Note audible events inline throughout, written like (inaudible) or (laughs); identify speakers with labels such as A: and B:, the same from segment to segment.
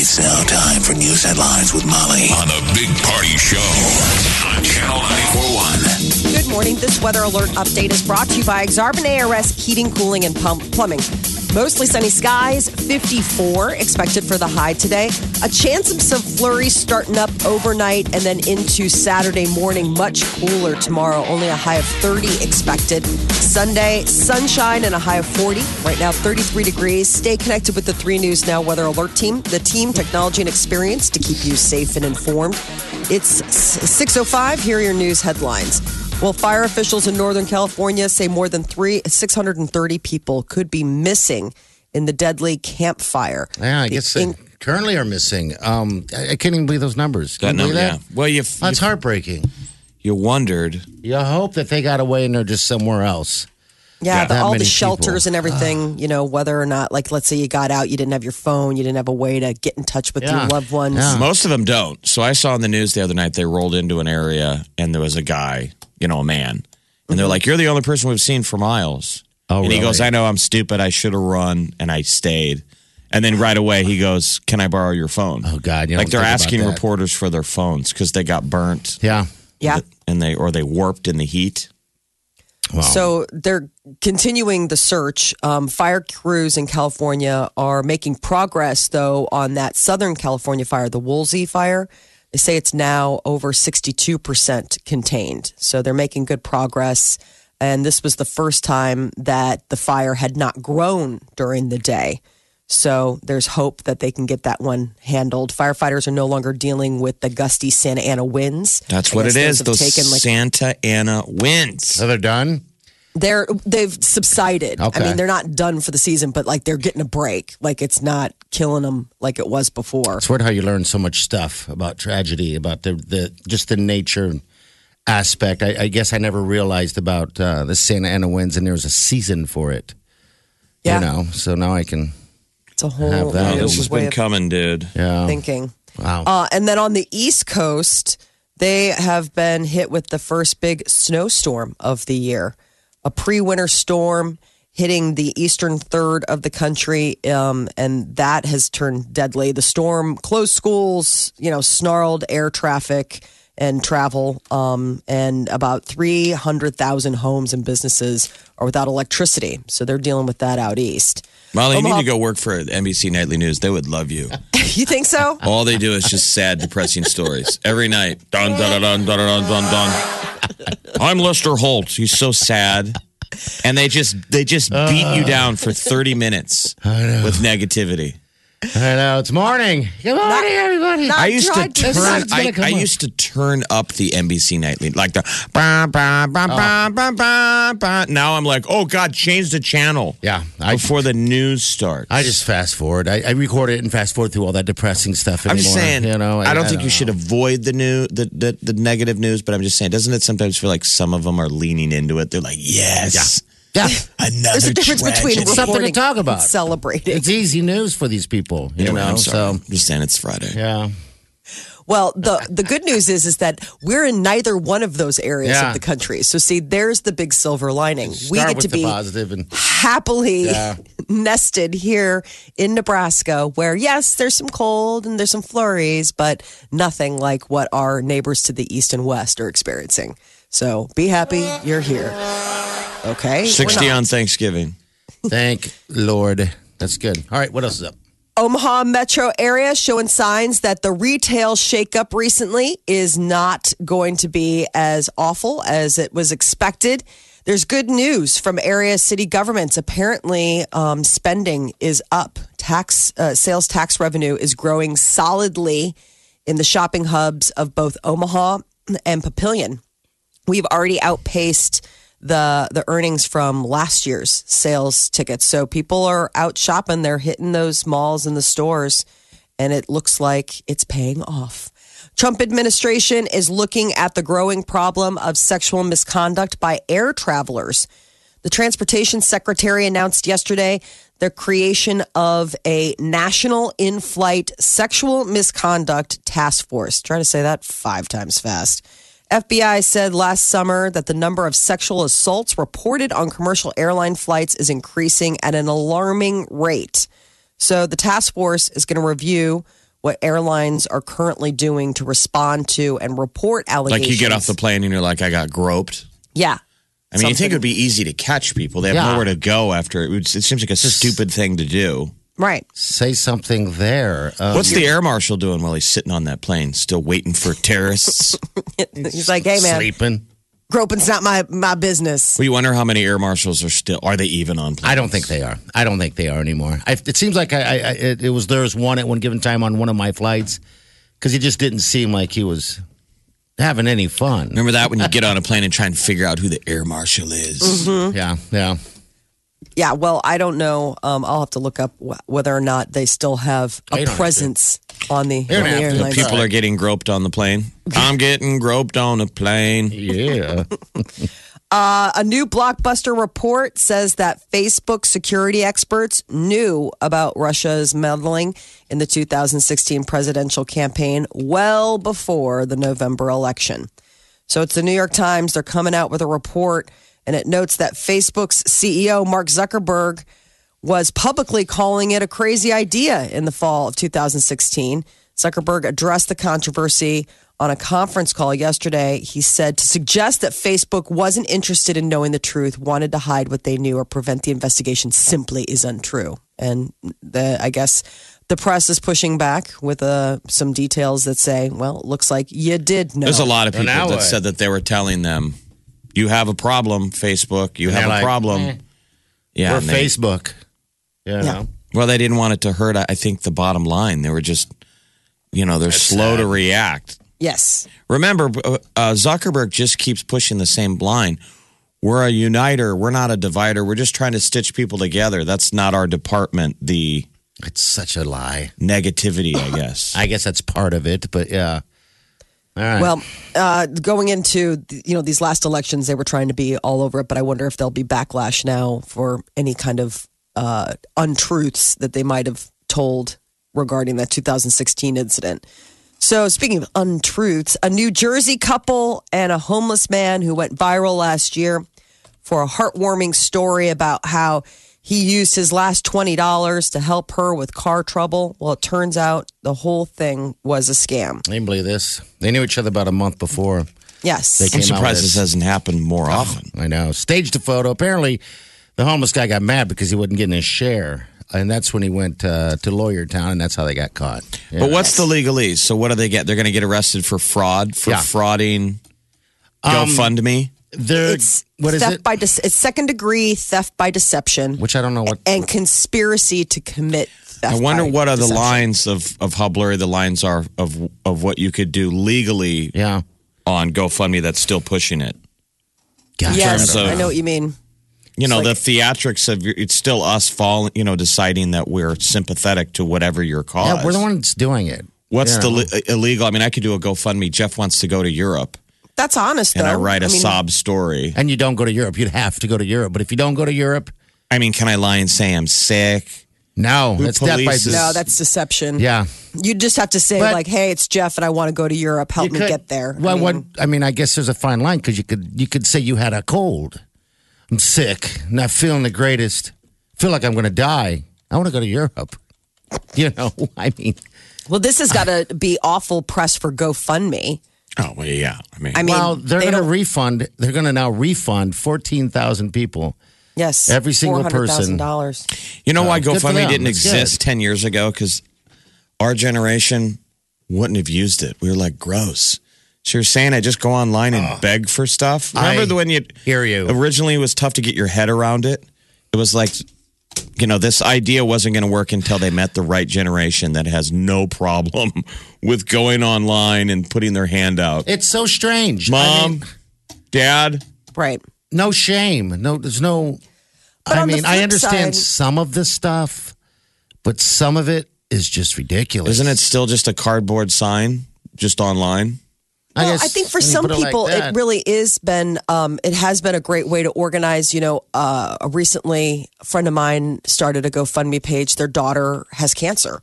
A: It's now time for news headlines with Molly on the Big Party Show on Channel 941.
B: Good morning. This weather alert update is brought to you by Exarban ARS Heating, Cooling, and Pump Plumbing. Mostly sunny skies, 54 expected for the high today. A chance of some flurries starting up overnight and then into Saturday morning. Much cooler tomorrow, only a high of 30 expected. Sunday, sunshine and a high of 40. Right now, 33 degrees. Stay connected with the 3 News Now Weather Alert Team, the team, technology, and experience to keep you safe and informed. It's 6.05. Here are your news headlines. Well, fire officials in Northern California say more than three, 630 people could be missing in the deadly campfire.
C: Yeah, I
B: The
C: guess they
B: in-
C: currently are missing. Um, I, I can't even believe those numbers. Can
D: That
C: you
D: number,
C: believe
D: yeah.
C: that?
D: Well, you
C: That's
D: you,
C: heartbreaking.
D: you wondered.
C: You hope that they got away and are just somewhere else.
B: yeah, the,
C: that
B: all
C: many
B: the shelters
C: people. Ah.
B: and everything, you know, whether or not, like, let's say you got out, you didn't have your phone, you didn't have a way to get in touch with your
C: Yeah,
B: loved ones.
C: yeah.
D: Most of them don't. So I saw in the news the other night they rolled into an area and there was a guy, you know, a man, and they're like, "You're the only person we've seen for miles."
C: Mm-hmm. Oh,
D: and he
C: really?
D: goes, "I know I'm stupid. I should have run, and I stayed." And then right away he goes, "Can I borrow your phone?"
C: Oh, God, you
D: Like
C: don't
D: they're
C: think about
D: asking
C: that.
D: reporters for their phones because they got burnt
C: Yeah.
B: Yeah.
D: and they or they warped in the heat.
C: Wow.
B: So they're continuing the search. Um, fire crews in California are making progress, though, on that Southern California fire, the Woolsey fire. They say it's now over 62% contained. So they're making good progress. And this was the first time that the fire had not grown during the day. So there's hope that they can get that one handled. Firefighters are no longer dealing with the gusty Santa Ana winds.
D: That's
B: I
D: what
B: guess
D: it is.
B: have
D: Those
B: taken, like,
D: Santa Ana winds.
C: so they're done?
B: they're they've subsided. I
C: Okay.
B: mean, they're not done for the season, but like they're getting a break. Like it's not killing them like it was before.
C: It's weird how you learn so much stuff about tragedy, about the, the just the nature aspect. I, I guess I never realized about uh, the Santa Ana winds, and there was a season for it.
B: Yeah,
C: You know, so now I can.
B: it's a whole
C: have that.
D: Oh,
B: new
D: this has
B: way
D: been
B: of
D: coming, dude.
C: Yeah.
B: thinking.
C: wow.
B: Uh, and then on the East Coast, they have been hit with the first big snowstorm of the year, a pre-winter storm hitting the eastern third of the country, um, and that has turned deadly. The storm closed schools, you know, snarled air traffic and travel, um, and about three hundred thousand homes and businesses are without electricity, so they're dealing with that out east. (laughs)
D: Molly, you
B: Omaha-
D: need to go work for NBC Nightly News. They would love you.
B: you think
C: (laughs)
B: so?
D: All they do is just sad, depressing stories every night. Dun dun dun dun dun dun dun. dun. I'm Lester Holt. He's so sad, and they just they just beat you down for 30 minutes with negativity.
C: I know. It's morning. Good morning, everybody.
D: I used to
B: tried to-
D: turn.
C: It's
D: I,
C: gonna come
D: I
C: up.
D: used to turn up the NBC Nightly like the. Bah, bah, bah,
C: Oh.
D: bah, bah, bah, bah. Now I'm like, oh God, change the channel.
C: Yeah, I-
D: before the news starts.
C: I just fast forward. I, I record it and fast forward through all that depressing stuff. Anymore,
D: I'm just saying.
C: you know, uh,
D: I, don't think you should
C: know.
D: avoid the new, the, the the negative news. But I'm just saying, doesn't it sometimes feel like some of them are leaning into it? They're like, yes,
C: Yeah,
D: another.
B: There's a difference between
D: tragedy.
C: It's something to
B: reporting
C: talk
B: and
C: about.
B: celebrating.
C: it's easy news for these people. You
D: Anyway,
C: know,
D: I'm sorry.
C: so
D: I'm just saying, it's Friday.
C: yeah,
B: Well, the the good news is is that we're in neither one of those areas
C: Yeah.
B: of the country. So see, there's the big silver lining. we
C: start
B: get
C: with
B: to
C: the
B: be
C: positive and
B: happily
C: Yeah.
B: (laughs) nested here in Nebraska where yes, there's some cold and there's some flurries, but nothing like what our neighbors to the east and west are experiencing. So be happy you're here. Okay. We're
D: 60
B: not.
D: on Thanksgiving.
C: thank Lord. That's good. All right, what else is up?
B: Omaha metro area showing signs that the retail shakeup recently is not going to be as awful as it was expected. There's good news from area city governments. Apparently, um, spending is up. Tax uh, sales tax revenue is growing solidly in the shopping hubs of both Omaha and Papillion we've already outpaced the the earnings from last year's sales tickets. So people are out shopping, they're hitting those malls and the stores and it looks like it's paying off. Trump administration is looking at the growing problem of sexual misconduct by air travelers. The transportation secretary announced yesterday the creation of a national in-flight sexual misconduct task force. Try to say that 5 times fast. FBI said last summer that the number of sexual assaults reported on commercial airline flights is increasing at an alarming rate. So the task force is going to review what airlines are currently doing to respond to and report allegations.
D: Like you get off the plane and you're like, I got groped.
B: yeah.
D: I mean, you think it would be easy to catch people. They have
C: Yeah.
D: nowhere to go after it. It seems like a stupid thing to do.
B: right.
C: Say something there. Um,
D: What's the air marshal doing while he's sitting on that plane, still waiting for (laughs) terrorists?
B: He's like, hey man,
C: Sleeping.
B: groping's not my my business.
D: well, you wonder how many air marshals are still are they even on? Planes?
C: I don't think they are. I don't think they are anymore. I, it seems like I, I, I it, it was there was one at one given time on one of my flights because he just didn't seem like he was having any fun.
D: Remember that when you get on a plane and try and figure out who the air marshal is?
C: Yeah, yeah.
B: Yeah. Well, I don't know. Um, I'll have to look up wh- whether or not they still have
C: They
B: a
C: don't have to.
B: presence on the,
C: don't
B: on the
C: have to.
B: airlines.
D: People are getting groped on the plane. I'm getting groped on a plane.
C: Yeah.
B: A new blockbuster report says that Facebook security experts knew about Russia's meddling in the 2016 presidential campaign well before the November election. So it's the New York Times. They're coming out with a report, and it notes that Facebook's CEO, Mark Zuckerberg, was publicly calling it a crazy idea in the fall of 2016. Zuckerberg addressed the controversy on a conference call yesterday. He said to suggest that Facebook wasn't interested in knowing the truth, wanted to hide what they knew, or prevent the investigation simply is untrue. And the, I guess the press is pushing back with uh, some details that say, well, it looks like you did know.
D: There's a lot of people
C: now
D: that
C: what?
D: said that they were telling them, "You have a problem, Facebook. You have a
C: they're like, "Eh."
D: problem." Yeah,
C: Or
D: and they-
C: Facebook. Yeah.
B: Yeah.
D: Well, they didn't want it to hurt. I I think the bottom line, they were just, you know, they're slow to react.
B: Yes.
D: Remember, uh, uh, Zuckerberg just keeps pushing the same line. We're a uniter. We're not a divider. We're just trying to stitch people together. That's not our department. The
C: It's such a lie.
D: negativity,
C: (sighs)
D: I guess.
C: I guess that's part of it, but yeah. All right.
B: Well, uh, going into you know these last elections, they were trying to be all over it, but I wonder if there'll be backlash now for any kind of uh, untruths that they might have told regarding that 2016 incident. So, speaking of untruths, a New Jersey couple and a homeless man who went viral last year for a heartwarming story about how he used his last $20 to help her with car trouble. Well, it turns out the whole thing was a scam.
C: I didn't believe this. They knew each other about a month before.
B: Yes.
C: They
D: I'm
C: came out
D: surprised
C: with-
D: this hasn't happened more
C: Oh,
D: often.
C: I know. Staged a photo. Apparently, the homeless guy got mad because he wasn't getting his share. And that's when he went uh, to lawyer town, and that's how they got caught. Yeah.
D: But what's the legalese? So what do they get? They're going to get arrested for fraud, for
C: Yeah. Um,
D: frauding GoFundMe.
C: They're-
B: it's
C: what is
B: theft
C: it?
B: by de- it's second degree theft by deception
C: Which I don't know what.
B: and conspiracy to commit theft.
D: I wonder
B: by
D: what are the
B: deception.
D: lines of, of how blurry the lines are of of what you could do legally
C: yeah.
D: on GoFundMe that's still pushing it.
C: Gotcha.
B: Yes,
D: terms of-
B: I know what you mean.
D: You know,
B: like-
D: the theatrics of your- it's still us falling, you know, deciding that we're sympathetic to whatever your cause.
C: Yeah, we're the ones doing it.
D: What's
C: Yeah.
D: the li- illegal? I mean, I could do a GoFundMe. Jeff wants to go to Europe,
B: That's honest though.
D: and I write a
B: mean,
D: sob story.
C: And you don't go to Europe. You'd have to go to Europe. But if you don't go to Europe,
D: I mean, can I lie and say I'm sick?
C: no,
D: Who
C: that's death by
D: polices-
B: No, that's deception.
C: yeah.
B: You just have to say
C: But-
B: like, "Hey, it's Jeff and I want to go to Europe. Help
C: You
B: me
C: could-
B: get there."
C: Well,
B: I
C: what?
B: mean,
C: I mean, I guess there's a fine line because you could you could say you had a cold. I'm sick, not feeling the greatest. Feel like I'm going to die. I want to go to Europe. (laughs) You know, I mean,
B: Well, this has got to be awful press for GoFundMe.
D: Oh well, yeah. I mean,
B: I mean,
C: well, they're
B: they
C: going to
B: don't-
C: refund. They're going to now refund fourteen thousand people.
B: yes,
C: every single person.
B: dollars.
D: you know why
C: good for
D: GoFundMe
C: them.
D: didn't
C: That's
D: exist ten years ago? Because our generation wouldn't have used it. We were like, gross. So you're saying I just go online and beg for stuff? Remember
C: I
D: the when you
C: hear you.
D: Originally, it was tough to get your head around it. It was like, you know, this idea wasn't going to work until they met the right generation that has no problem (laughs) with going online and putting their hand out.
C: It's so strange. I
D: Mom,
C: mean,
D: Dad,
B: Right.
C: no shame. No, there's no.
B: But
C: I
B: on the
C: mean, I
B: flip
C: understand
B: side-
C: some of this stuff, but some of it is just ridiculous.
D: Isn't it still just a cardboard sign just online?
C: I,
B: Well,
C: guess
B: I think for
C: when you
B: some
C: put it like
B: people, it,
C: that-
B: really is been. Um, it has been a great way to organize. You know, uh, recently, a friend of mine started a GoFundMe page. Their daughter has cancer,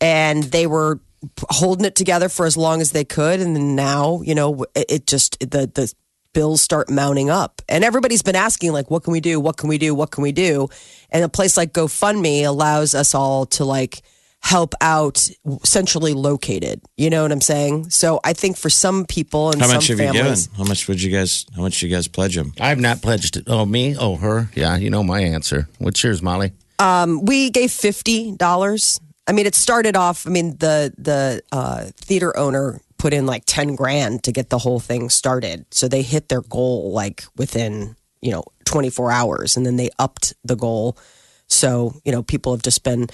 B: and they were p- holding it together for as long as they could. And then now, you know, it, it just the the bills start mounting up, and everybody's been asking like, "What can we do? What can we do? What can we do?" And a place like GoFundMe allows us all to like help out centrally located. You know what I'm saying? So I think for some people and
D: How
B: some
D: much have you given?
B: families,
D: How much would you guys? How much you guys pledge him?
C: I've not pledged it. Oh, me? Oh, her? Yeah, you know my answer. What's yours, Molly?
B: we gave fifty dollars. I mean, it started off. I mean, the the uh, theater owner put in like ten grand to get the whole thing started, so they hit their goal like within you know twenty four hours, and then they upped the goal. So you know, people have just been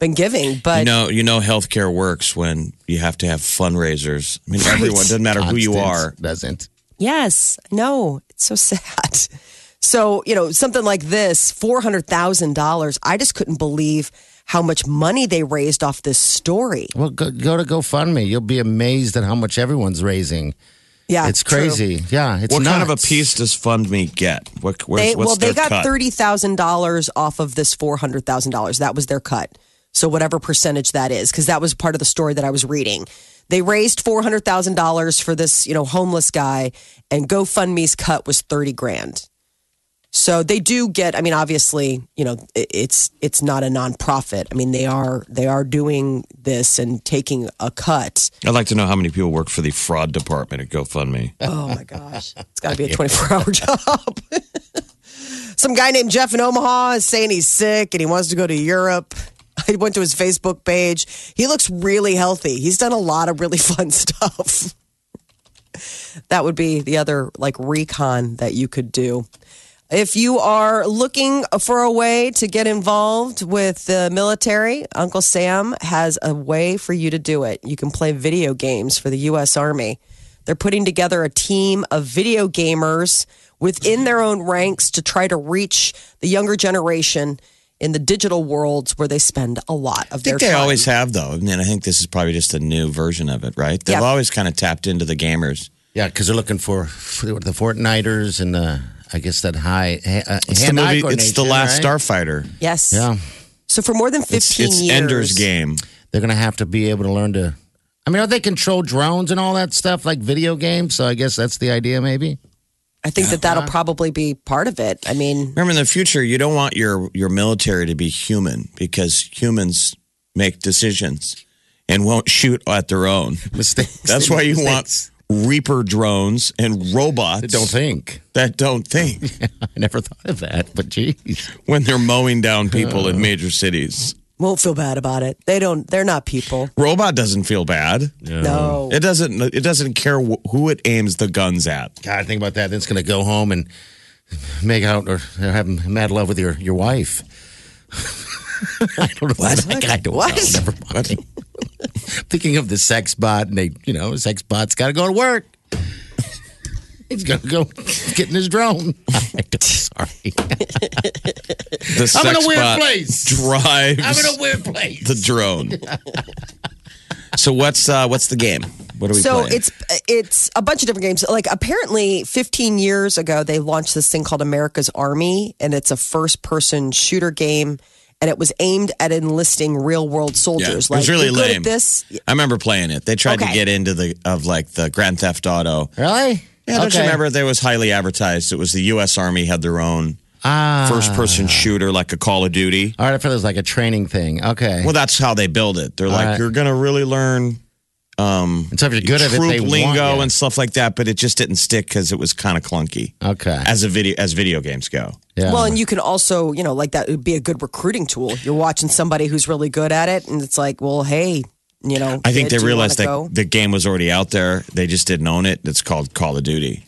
B: been giving, but
D: You know, you know, healthcare works when you have to have fundraisers. I mean, everyone doesn't matter who you are.
C: Constance Doesn't.
B: Yes. No, it's so (laughs) sad. So, you know, something like this $400,000. I just couldn't believe how much money they raised off this story.
C: Well, go, go to GoFundMe. You'll be amazed at how much everyone's raising.
B: Yeah.
C: it's
B: true.
C: crazy. Yeah, it's
D: What kind of a
C: nuts.
D: piece does FundMe get? What? Where's,
B: They,
D: what's
B: well, they
D: their
B: got
D: cut?
B: $30,000 off of this $400,000. That was their cut. So, whatever percentage that is, because that was part of the story that I was reading. They raised $400,000 for this, you know, homeless guy, and GoFundMe's cut was 30 grand. So they do get. I mean, obviously, you know, i- it's it's not a nonprofit. I mean, they are they are doing this and taking a cut.
D: I'd like to know how many people work for the fraud department at GoFundMe.
B: Oh my gosh, it's got to be a twenty four hour job. (laughs) Some guy named Jeff in Omaha is saying he's sick and he wants to go to Europe. I went to his Facebook page. He looks really healthy. He's done a lot of really (laughs) fun stuff. that would be the other like recon that you could do. If you are looking for a way to get involved with the military, Uncle Sam has a way for you to do it. You can play video games for the U.S. Army. They're putting together a team of video gamers within their own ranks to try to reach the younger generation in the digital worlds where they spend a lot of
D: I think
B: their
D: they
B: time.
D: always have, though. I mean, I think this is probably just a new version of it, right? They've
B: Yeah.
D: always kind of tapped into the gamers.
C: Yeah, because they're looking for for the Fortniters and uh, I guess that high. Uh,
D: It's the movie. It's the last Starfighter.
B: yes.
C: Yeah,
B: So for more than
D: It's,
B: fifteen
D: it's
B: years,
D: Ender's Game.
C: they're gonna have to be able to learn to. I mean, are they control drones and all that stuff like video games? So I guess that's the idea, maybe. (laughs)
B: I think that
D: Uh-huh.
B: that'll probably be part of it. I mean,
D: Remember, in the future, you don't want your your military to be human because humans make decisions and won't shoot at their own.
C: Mistakes.
D: That's
C: They
D: why
C: make
D: you
C: mistakes.
D: want Reaper drones and robots
C: They don't think. (laughs)
D: that don't think
C: I never thought of that, but geez.
D: when they're mowing down people in major cities.
B: won't feel bad about it. They don't. They're not people.
D: Robot doesn't feel bad.
B: No.
D: It doesn't. It doesn't care wh- who it aims the guns at.
C: God, think about that. Then it's going to go home and make out or have mad love with your, your wife. (laughs) I don't know what. I don't
B: What?
C: know. Never mind. (laughs) Thinking of the sex bot, and they, you know, sex bot's got to go to work. He's going to go get in his drone. (laughs) I don't, sorry.
D: The
C: I'm in
D: sex
C: a weird
D: bot
C: place.
D: Drives
C: I'm in a weird place.
D: the drone. so what's uh, what's the game? What are we
B: so
D: playing?
B: it's it's a bunch of different games. Like apparently, 15 years ago, they launched this thing called America's Army, and it's a first-person shooter game, and it was aimed at enlisting real-world
D: Yeah,
B: soldiers.
D: it was really
B: you're good
D: lame.
B: at this,
D: I remember playing it. They tried to
B: Okay.
D: get into the of like the Grand Theft Auto.
C: Really?
D: Yeah, don't you
C: Okay.
D: remember there was highly advertised. It was the U.S. Army had their own
C: Ah.
D: first person shooter, like a Call of Duty.
C: All right, I feel it was like a training thing. Okay.
D: Well, that's how they build it. They're like,
C: right.
D: you're gonna really learn
C: and so if you're good at it,
D: troop
C: they want
D: lingo
C: you.
D: and stuff like that. But it just didn't stick because it was kind of clunky
C: okay.
D: as a video as video games go.
C: Yeah.
B: Well, and you can also, you know, like that would be a good recruiting tool. You're watching somebody who's really good at it, and it's like, well, hey, you know,
D: I think
B: kid,
D: they
B: do you
D: realized that
B: wanna go?
D: the game was already out there. They just didn't own it. It's called Call of Duty.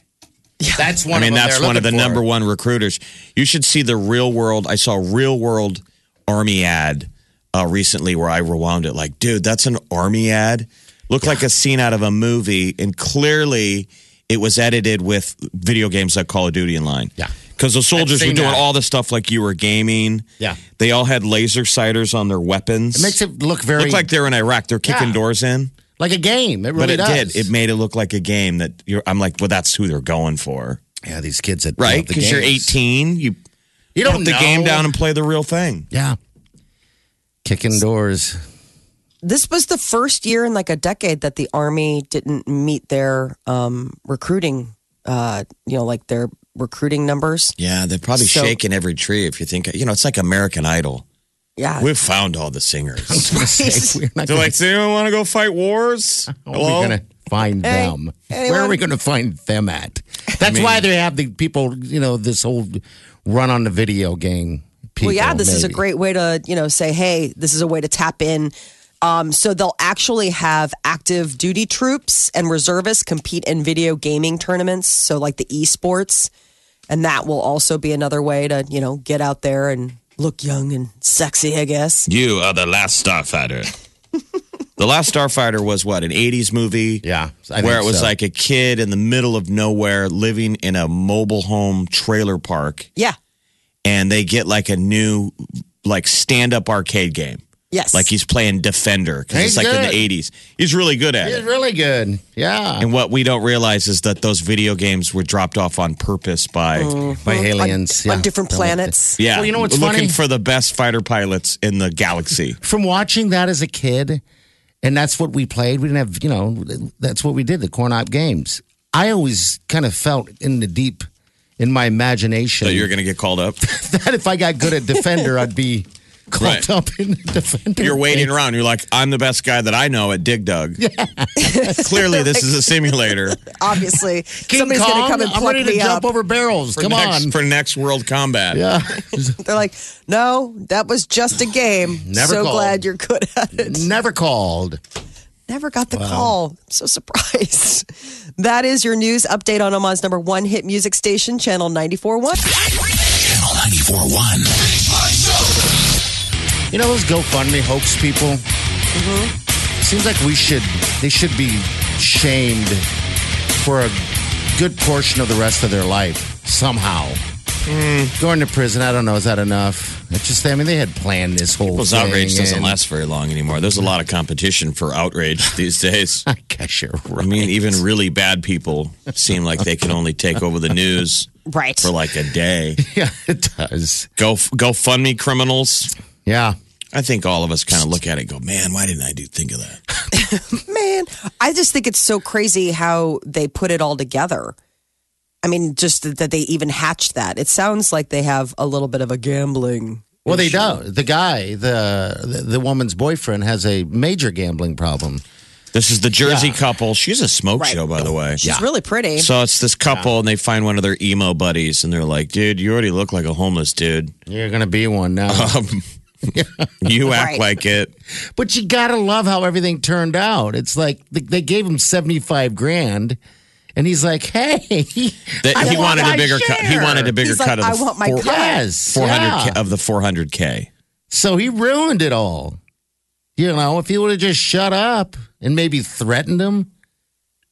C: that's one.
D: I mean,
C: of them
D: that's
C: they're
D: one of the
C: looking
D: number
C: for.
D: one recruiters. You should see the real world. I saw a real world army ad uh, recently where I rewound it. Like, dude, that's an army ad. Looked like a scene out of a movie, and clearly it was edited with video games like Call of Duty in line.
C: Yeah.
D: Because the soldiers
C: I've seen
D: were doing
C: that.
D: all the stuff like you were gaming.
C: Yeah.
D: They all had laser sighters on their weapons.
C: It makes it look very
D: look like they're in Iraq. They're kicking
C: Yeah.
D: doors in.
C: like a game. It really
D: But it
C: does.
D: did. It made it look like a game that you're, I'm like, well, that's who they're going for.
C: yeah, these kids that
D: Right?
C: love the
D: Because you're
C: games.
D: 18. You
C: You
D: put
C: don't
D: the
C: know.
D: game down and play the real thing.
C: yeah, kicking
D: (laughs)
C: doors. (laughs)
B: this was the first year in like a decade that the army didn't meet their um, recruiting, uh, you know, like their recruiting numbers.
D: Yeah, they're probably
B: So-
D: shaking every tree if you think, you know, it's like American Idol.
B: Yeah.
D: We've found all the singers.
C: We're not
D: They're
C: gonna, (laughs)
D: like, does anyone want to go fight wars?
C: we're gonna find
B: Hey,
C: them. Where are we gonna find them at? That's why they have the people. You know, this whole run on the video game. People,
B: well, yeah, this is a
C: maybe.
B: great way to, you know, say, hey, this is a way to tap in. Um, so they'll actually have active duty troops and reservists compete in video gaming tournaments. So, like the esports. And that will also be another way to, you know, get out there and look young and sexy, I guess.
D: (laughs) You are the last starfighter. the last starfighter was what, an 80s movie?
C: Yeah, I
D: where it
C: think
D: was
C: so.
D: like a kid in the middle of nowhere living in a mobile home trailer park
B: Yeah.
D: and they get like a new like stand-up arcade game.
B: Yes.
D: Like he's playing Defender cuz it's
C: He's
D: like in
C: good.
D: the 80s. He's really good at
C: It's
D: it.
C: really good. Yeah,
D: And what we don't realize is that those video games were dropped off on purpose by
C: by aliens
B: on
C: yeah.
B: different planets.
D: yeah,
C: Mm. Well, you know what's
D: looking
C: funny?
D: for the best fighter pilots in the galaxy.
C: from watching that as a kid, and that's what we played. We didn't have, you know, that's what we did, the corn op games. I always kind of felt in the deep, in my imagination,
D: That you're going to get called up.
C: (laughs) that if I got good at defender, I'd be caught
D: (laughs) Right.
C: up in the defender.
D: You're waiting
C: game.
D: around. You're like, I'm the best guy that I know at Dig Dug. (laughs) Clearly, this is a simulator.
B: Obviously,
C: King
B: somebody's going to
C: Kong,
B: come and
C: I'm
B: pluck
C: ready to
B: me up.
C: jump over barrels.
D: For
C: (laughs) Come
D: next,
C: on.
D: for next World Combat.
C: yeah.
B: They're like, no, that was just a game.
C: (laughs) Never
B: so
C: called.
B: glad you're good at it.
C: Never called.
B: Never got the call. I'm so surprised. (laughs) That is your news update on Oman's number one hit music station, Channel 94.1.
A: Channel 941.
C: You know those GoFundMe hoax people?
D: Mm-hmm.
C: Seems like we should, they should be shamed for a good portion of the rest of their life somehow.
D: Mm.
C: Going to prison, I don't know, is that enough? It's just, I mean, they had planned this whole
D: People's
C: thing.
D: outrage doesn't
C: and-
D: last very long anymore. There's a lot of competition for outrage
C: (laughs)
D: these days.
C: (laughs) I guess you're right.
D: I mean, e- even really bad people seem like they can only take over the news
B: Right.
D: for like a day.
C: (laughs) yeah, it does.
D: (laughs) Go GoFundMe criminals.
C: Yeah.
D: I think all of us kind of look at it and go, man, why didn't I do think of that?
B: Man, I just think it's so crazy how they put it all together. I mean, just that that they even hatched that. It sounds like they have a little bit of a gambling.
C: Well, they don't. The guy, the, the the woman's boyfriend, has a major gambling problem.
D: (laughs) This is the Jersey couple. She's a smoke
B: Right.
D: show, by the way.
B: She's really pretty.
D: So it's this couple, and they find one of their emo buddies, and they're like, "Dude, you already look like a homeless (laughs) dude.
C: You're gonna be one now.
D: (laughs) Um, You act
B: Right.
D: like it."
C: But you gotta love how everything turned out. It's like th- they gave him seventy five grand, and he's like, "Hey, (laughs)
D: That
C: I
D: he
C: want
D: wanted
C: my
D: a bigger cut. He
C: share.
D: wanted a bigger
B: He's like,
D: cut of
B: I
D: the
B: want my cut.
C: yes,
D: four hundred
C: yeah.
D: k of the four hundred k.
C: So he ruined it all. You know, if he would have just shut up and maybe threatened him,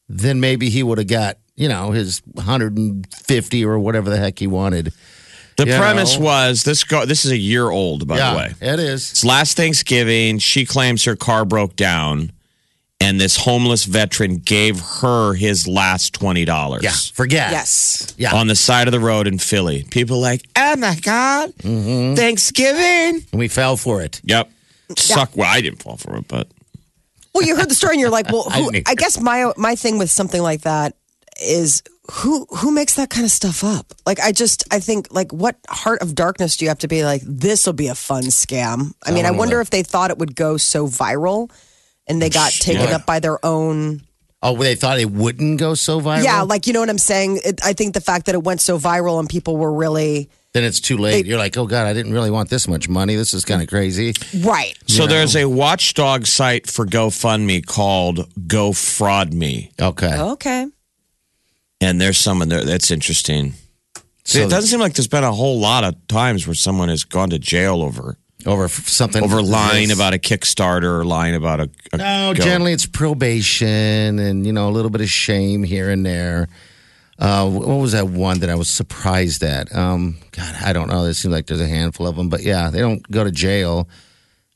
C: then maybe he would have got you know his hundred and fifty or whatever the heck he wanted.
D: The
C: You
D: premise
C: know.
D: was this. Go, this is a year old, by
C: yeah,
D: the way.
C: it is.
D: It's last Thanksgiving. She claims her car broke down, and this homeless veteran gave her his last twenty dollars.
C: Yeah, forget.
B: yes.
C: Yeah.
D: on the side of the road in Philly. People like, oh my god, Thanksgiving.
C: and we fell for it.
D: Mm-hmm. Yep. Suck. Well, I didn't fall for it, but
B: Well, you heard the story and you're like,
C: (laughs)
B: well, who,
C: didn't either.
B: I guess my my thing with something like that is who who makes that kind of stuff up? Like I just I think like what heart of darkness do you have to be like this will be a fun scam. I mean, I wonder if they thought it would go so viral and they got taken
D: Yeah.
B: up by their own
C: Oh, they thought it wouldn't go so viral.
B: Yeah, like you know what I'm saying? It, I think the fact that it went so viral and people were really
C: then it's too late. You're like, oh god, I didn't really want this much money. This is kind of crazy.
B: right.
D: so there's a watchdog site for GoFundMe called GoFraudMe,
C: Okay,
B: Okay.
D: and there's someone there that's interesting.
C: So-
D: it doesn't seem like there's been a whole lot of times where someone has gone to jail over
C: over f- something
D: over lying
C: this.
D: about a Kickstarter or lying about a. a
C: No,
D: Go-
C: generally it's probation and you know a little bit of shame here and there. Uh, what was that one that I was surprised at? Um, God, I don't know. It seems like there's a handful of them, but yeah, they don't go to jail.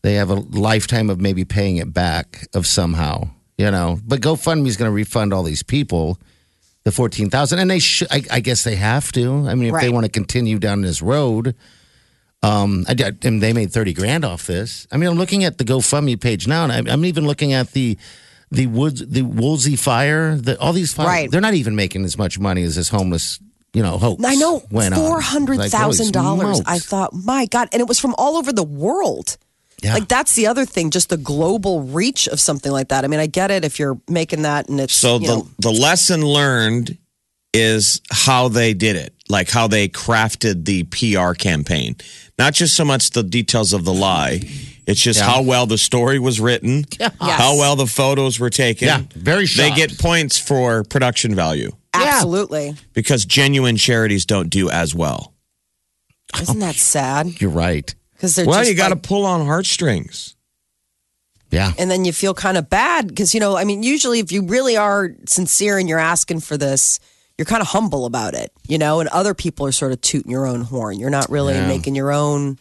C: They have a lifetime of maybe paying it back of somehow, you know. But GoFundMe is going to refund all these people the fourteen thousand, and they should. I, I guess they have to. I mean, if they
B: Right.
C: want to continue down this road, um, I, did- and they made thirty grand off this. I mean, I'm looking at the GoFundMe page now, and I'm, I'm even looking at the the woods, the Woolsey fire, the, all these fires.
B: Right.
C: They're not even making as much money as this homeless, you know, hoax.
B: I know
C: went on.
B: four hundred thousand dollars.
C: Like, holy
B: I
C: smokes.
B: thought, my God, and it was from all over the world.
C: Yeah.
B: Like that's the other thing, just the global reach of something like that. I mean, I get it if you're making that and it's
D: So
B: you
D: the
B: know,
D: the lesson learned is how they did it, like how they crafted the PR campaign. Not just so much the details of the lie, it's just
C: Yeah.
D: how well the story
C: (laughs)
D: was written, how well the photos were taken.
C: Yeah, very
D: They
C: shocked.
D: get points for production value (laughs)
B: absolutely.
D: because genuine charities don't do as well.
B: Isn't that sad?
C: You're right.
B: Because they're
D: well,
B: just
D: you got to
B: like-
D: pull on heartstrings.
C: Yeah.
B: and then you feel kind of bad because you know, I mean, usually if you really are sincere and you're asking for this, you're kind of humble about it, you know, and other people are sort of tooting your own horn. You're not really
C: Yeah.
B: making your own.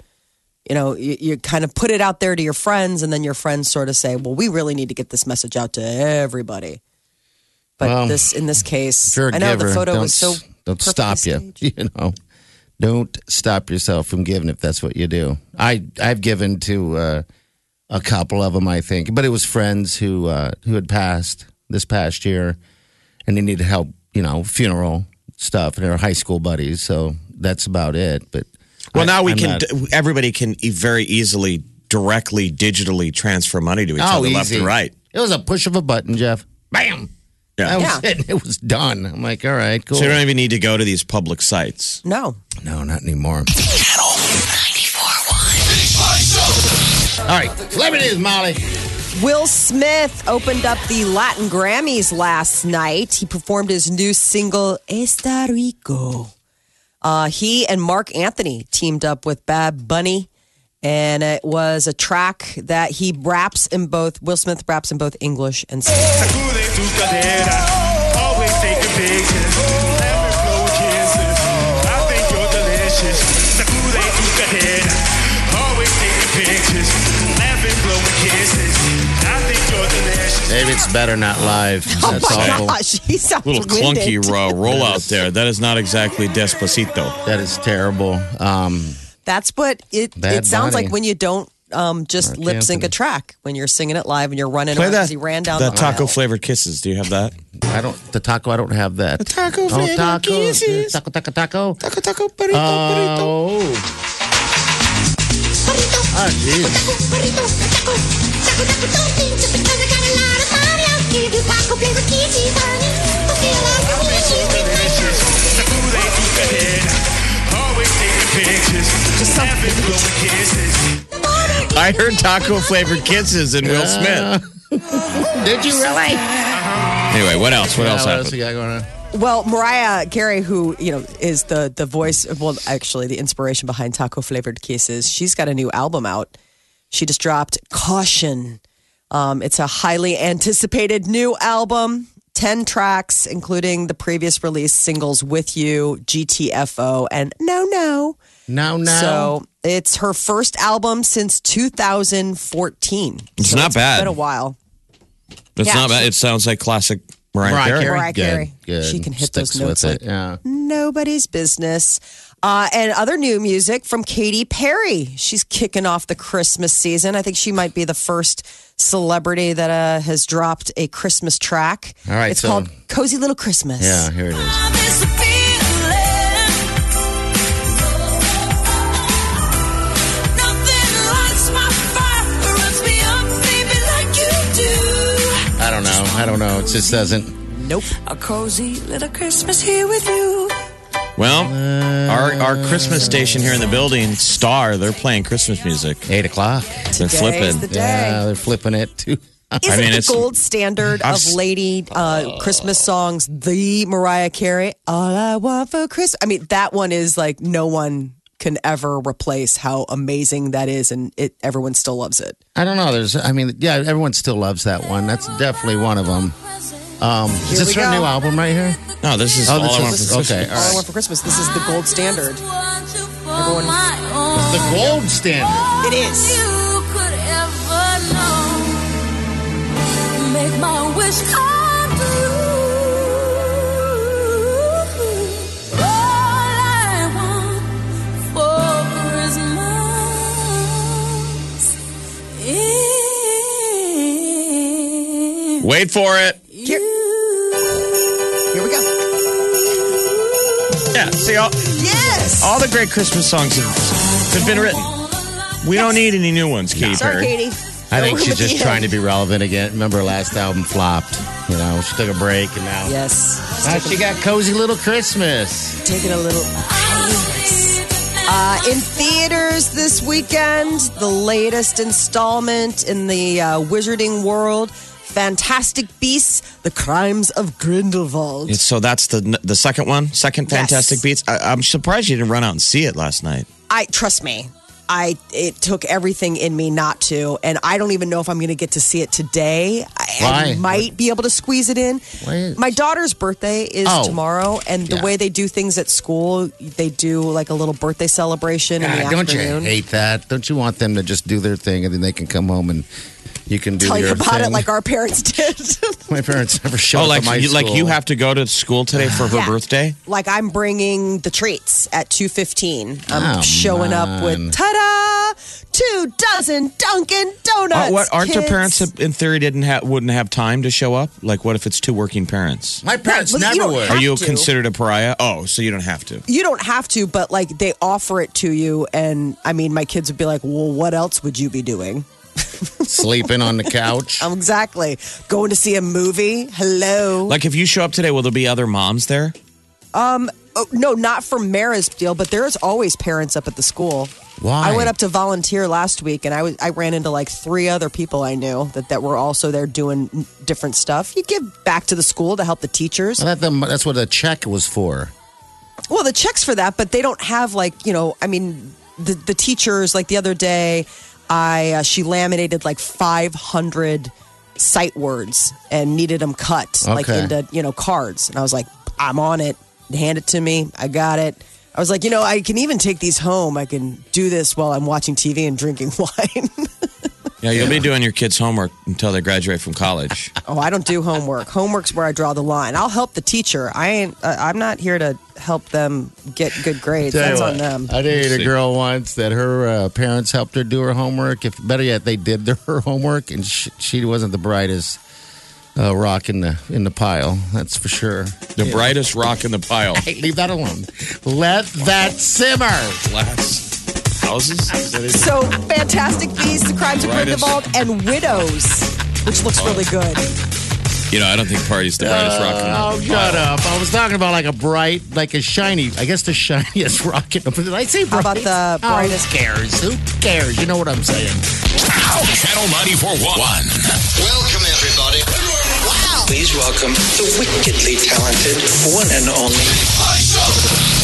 B: You know, you, you kind of put it out there to your friends, and then your friends sort of say, "Well, we really need to get this message out to everybody." But
C: Well,
B: this, in this case,
C: If you're a
B: I know
C: giver,
B: the photo
C: don't,
B: was so
C: don't stop
B: perfectly
C: you. (laughs) You know, don't stop yourself from giving if that's what you do. I I've given to uh, a couple of them, I think, but it was friends who uh, who had passed this past year, and they needed help. You know, funeral stuff, and they were high school buddies, so that's about it. But
D: Well,
C: I-
D: now we
C: I'm
D: can,
C: not-
D: d- everybody can e- very easily directly digitally transfer money to each
C: oh,
D: other
C: easy.
D: left and right.
C: It was a push of a button, Jeff. Bam.
D: Yeah.
C: That was it. (laughs) It was done. I'm like, all right, cool.
D: So you don't even need to go to these public sites.
B: No,
C: No, not anymore. All right, celebrities, Molly.
B: Will Smith opened up the Latin Grammys last night. He performed his new single, Esta Rico. Uh, he and Mark Anthony teamed up with Bad Bunny, and it was a track that he raps in both, Will Smith raps in both English and Spanish.
E: Sacude tu cadera. Always taking pictures. Let me blow kisses. I think you're delicious. Sacude tu cadera. Always taking pictures. Let me blow kisses. I think you're delicious.
C: Maybe it's better not live. That's
B: (laughs) Oh My
C: awful.
B: gosh, he sounds
D: little clunky
B: winded.
D: uh, roll out there. That is not exactly Despacito.
C: That is terrible. Um,
B: That's what it,
C: Bad
B: it sounds
C: Bunny.
B: like when you don't um, just
C: Mark
B: lip sync a
C: Anthony.
B: track when you're singing it live and you're running around 'cause he ran down
D: the
B: the,
D: taco
B: aisle.
D: flavored kisses. Do you have that?
C: I don't the taco. I don't have that. The taco. Oh, taco. Taco. Taco. Taco. Taco. Taco. Burrito. Oh. Ah, jeez.
E: Delicious. Sacude tu cadera. Always taking pictures. Let me blow kisses.
D: I heard taco flavored kisses in Will Smith.
C: Did you really?
D: Anyway, what else? What else
C: what else we
D: happened?
C: got going on?
B: Well, Mariah Carey, who you know is the the voice, well, actually the inspiration behind taco flavored kisses, she's got a new album out. She just dropped Caution. Um, it's a highly anticipated new album, ten tracks, including the previous release singles "With You," "GTFO," and "No No."
C: No. No.
B: So it's her first album since 2014.
D: It's
B: So
D: not bad.
B: Been a while.
D: It's
B: Yeah.
D: not bad. It sounds like classic Mariah,
C: Mariah
D: Carey.
C: Carey.
B: Mariah Carey.
C: Good. Good.
B: She can hit
C: Sticks
B: those notes
C: with
B: like-
C: it. Yeah.
B: nobody's business. Uh, and other new music from Katy Perry. She's kicking off the Christmas season. I think she might be the first celebrity that uh, has dropped a Christmas track.
C: All right,
B: it's
C: so-
B: called Cozy Little Christmas.
C: Yeah. Here it is. I don't know. I don't know. It just doesn't.
B: Nope.
F: A cozy little Christmas here with you.
D: Well, our our Christmas station here in the building, Star, they're playing Christmas music.
C: Eight o'clock.
D: They're
B: Today's
D: flipping.
B: the
C: Yeah.
B: day.
C: They're flipping it too.
B: Isn't
D: I mean,
B: the
D: it's-
B: gold standard
D: I've
B: of
D: s-
B: lady uh, Christmas songs the Mariah Carey? All I want for Christmas. I mean, that one is like no one can ever replace how amazing that is, and it everyone still loves it.
C: I don't know. There's, I mean, yeah, everyone still loves that one. That's definitely one of them. Um, is
D: Uh,
B: Here we
C: this her
B: go.
C: new album right here?
D: No, this is
C: Oh,
D: all
C: this
D: I want
C: is-
D: for Christmas.
C: okay, all
B: All I
C: right.
B: want for Christmas. This is the gold standard.
G: Everyone.
C: The gold standard.
B: It is.
G: You could ever know. Make my wish come true. All I want for Christmas is
D: Wait for it.
G: you.
B: Here we go.
D: Yeah, see all,
B: Yes.
D: all the great Christmas songs have, have been written. We don't need any new ones, Katy
B: Sorry,
D: Perry.
B: Katie.
C: I think
B: Over
C: she's
B: with
C: just
B: you.
C: trying to be relevant again. Remember, her last album flopped. You know, she took a break, and now,
B: Yes.
C: now she got cozy little Christmas.
B: Taking a little. Uh, in theaters this weekend, the latest installment in the uh, Wizarding World, Fantastic Beasts: The Crimes of Grindelwald.
D: It's- So that's the the second one, second
B: Yes.
D: Fantastic Beats. I, I'm surprised you didn't run out and see it last night.
B: I trust me. I it took everything in me not to, and I don't even know if I'm going to get to see it today. I, I
C: Why?
B: might be able to squeeze it in.
C: Why is-
B: My daughter's birthday is
C: Oh.
B: tomorrow, and the
C: Yeah.
B: way they do things at school, they do like a little birthday celebration in the
C: God, Ah, don't you
B: afternoon.
C: hate that? Don't you want them to just do their thing, and then they can come home and you can do
B: Tell you
C: your
B: about
C: thing?
B: it like our parents did.
C: (laughs)
B: (laughs)
C: my parents never showed
D: oh,
C: up
D: like
C: at my
D: you, like
C: school.
D: you have to go to school today for her
B: Yeah.
D: birthday.
B: like I'm bringing the treats at 2:15. I'm
C: Oh,
B: showing up with
C: man.
B: ta-da, two dozen Dunkin' Donuts.
D: Uh, what aren't
B: kids.
D: their parents in theory didn't have wouldn't have time to show up? Like, what if it's two working parents?
C: My parents
B: Well, you
C: never
B: don't
C: would.
B: have
D: Are you
B: to.
D: considered a pariah? Oh, so you don't have to.
B: you don't have to, but like they offer it to you. And I mean, my kids would be like, well, what else would you be doing?
C: sleeping on the
B: (laughs)
C: couch?
B: Um, exactly. Going to see a movie. Hello.
D: Like, if you show up today, will there be other moms there?
B: oh, no, not for Mara's deal, but there's always parents up at the school.
C: Why?
B: I went up to volunteer last week and I, was, I ran into like three other people I knew that, that were also there doing different stuff. You give back to the school to help the teachers.
C: Well, that, that's what the check was for.
B: Well, the checks for that, but they don't have like you know. I mean, the the teachers like the other day, I uh, she laminated like five hundred sight words and needed them cut like
C: Okay.
B: into you know cards, and I was like, I'm on it. Hand it to me. I got it. I was like, you know, I can even take these home. I can do this while I'm watching TV and drinking (laughs) wine.
D: Yeah, you'll be doing your kids' homework until they graduate from college.
B: oh, I don't do homework. Homework's where I draw the line. I'll help the teacher. I ain't. Uh, I'm not here to help them get good grades.
C: Tell you
B: That's
C: what,
B: on them.
C: I dated
D: See.
C: a girl once that her uh, parents helped her do her homework. If better yet, they did (laughs) their, her homework, and she, she wasn't the brightest uh, rock in the in the pile. That's for sure.
D: The brightest rock in the pile.
C: Hey, leave that alone. Let that simmer.
D: Glass houses. Is that it?
B: So, Fantastic Beasts, The Crimes of
D: Brightest.
B: Grindelwald, and Widows, which looks really good.
D: You know, I don't think party's the brightest rock in the
C: Oh, shut up! I was talking about like a bright, like a shiny. I guess the (laughs) shiniest rocket. Did I say
B: How about
C: bright?
B: the
C: Oh,
B: brightest-
C: Who cares? Who cares? You know what I'm saying?
A: Channel 941.
H: Welcome, everybody. Wow. Please welcome the wickedly talented one and only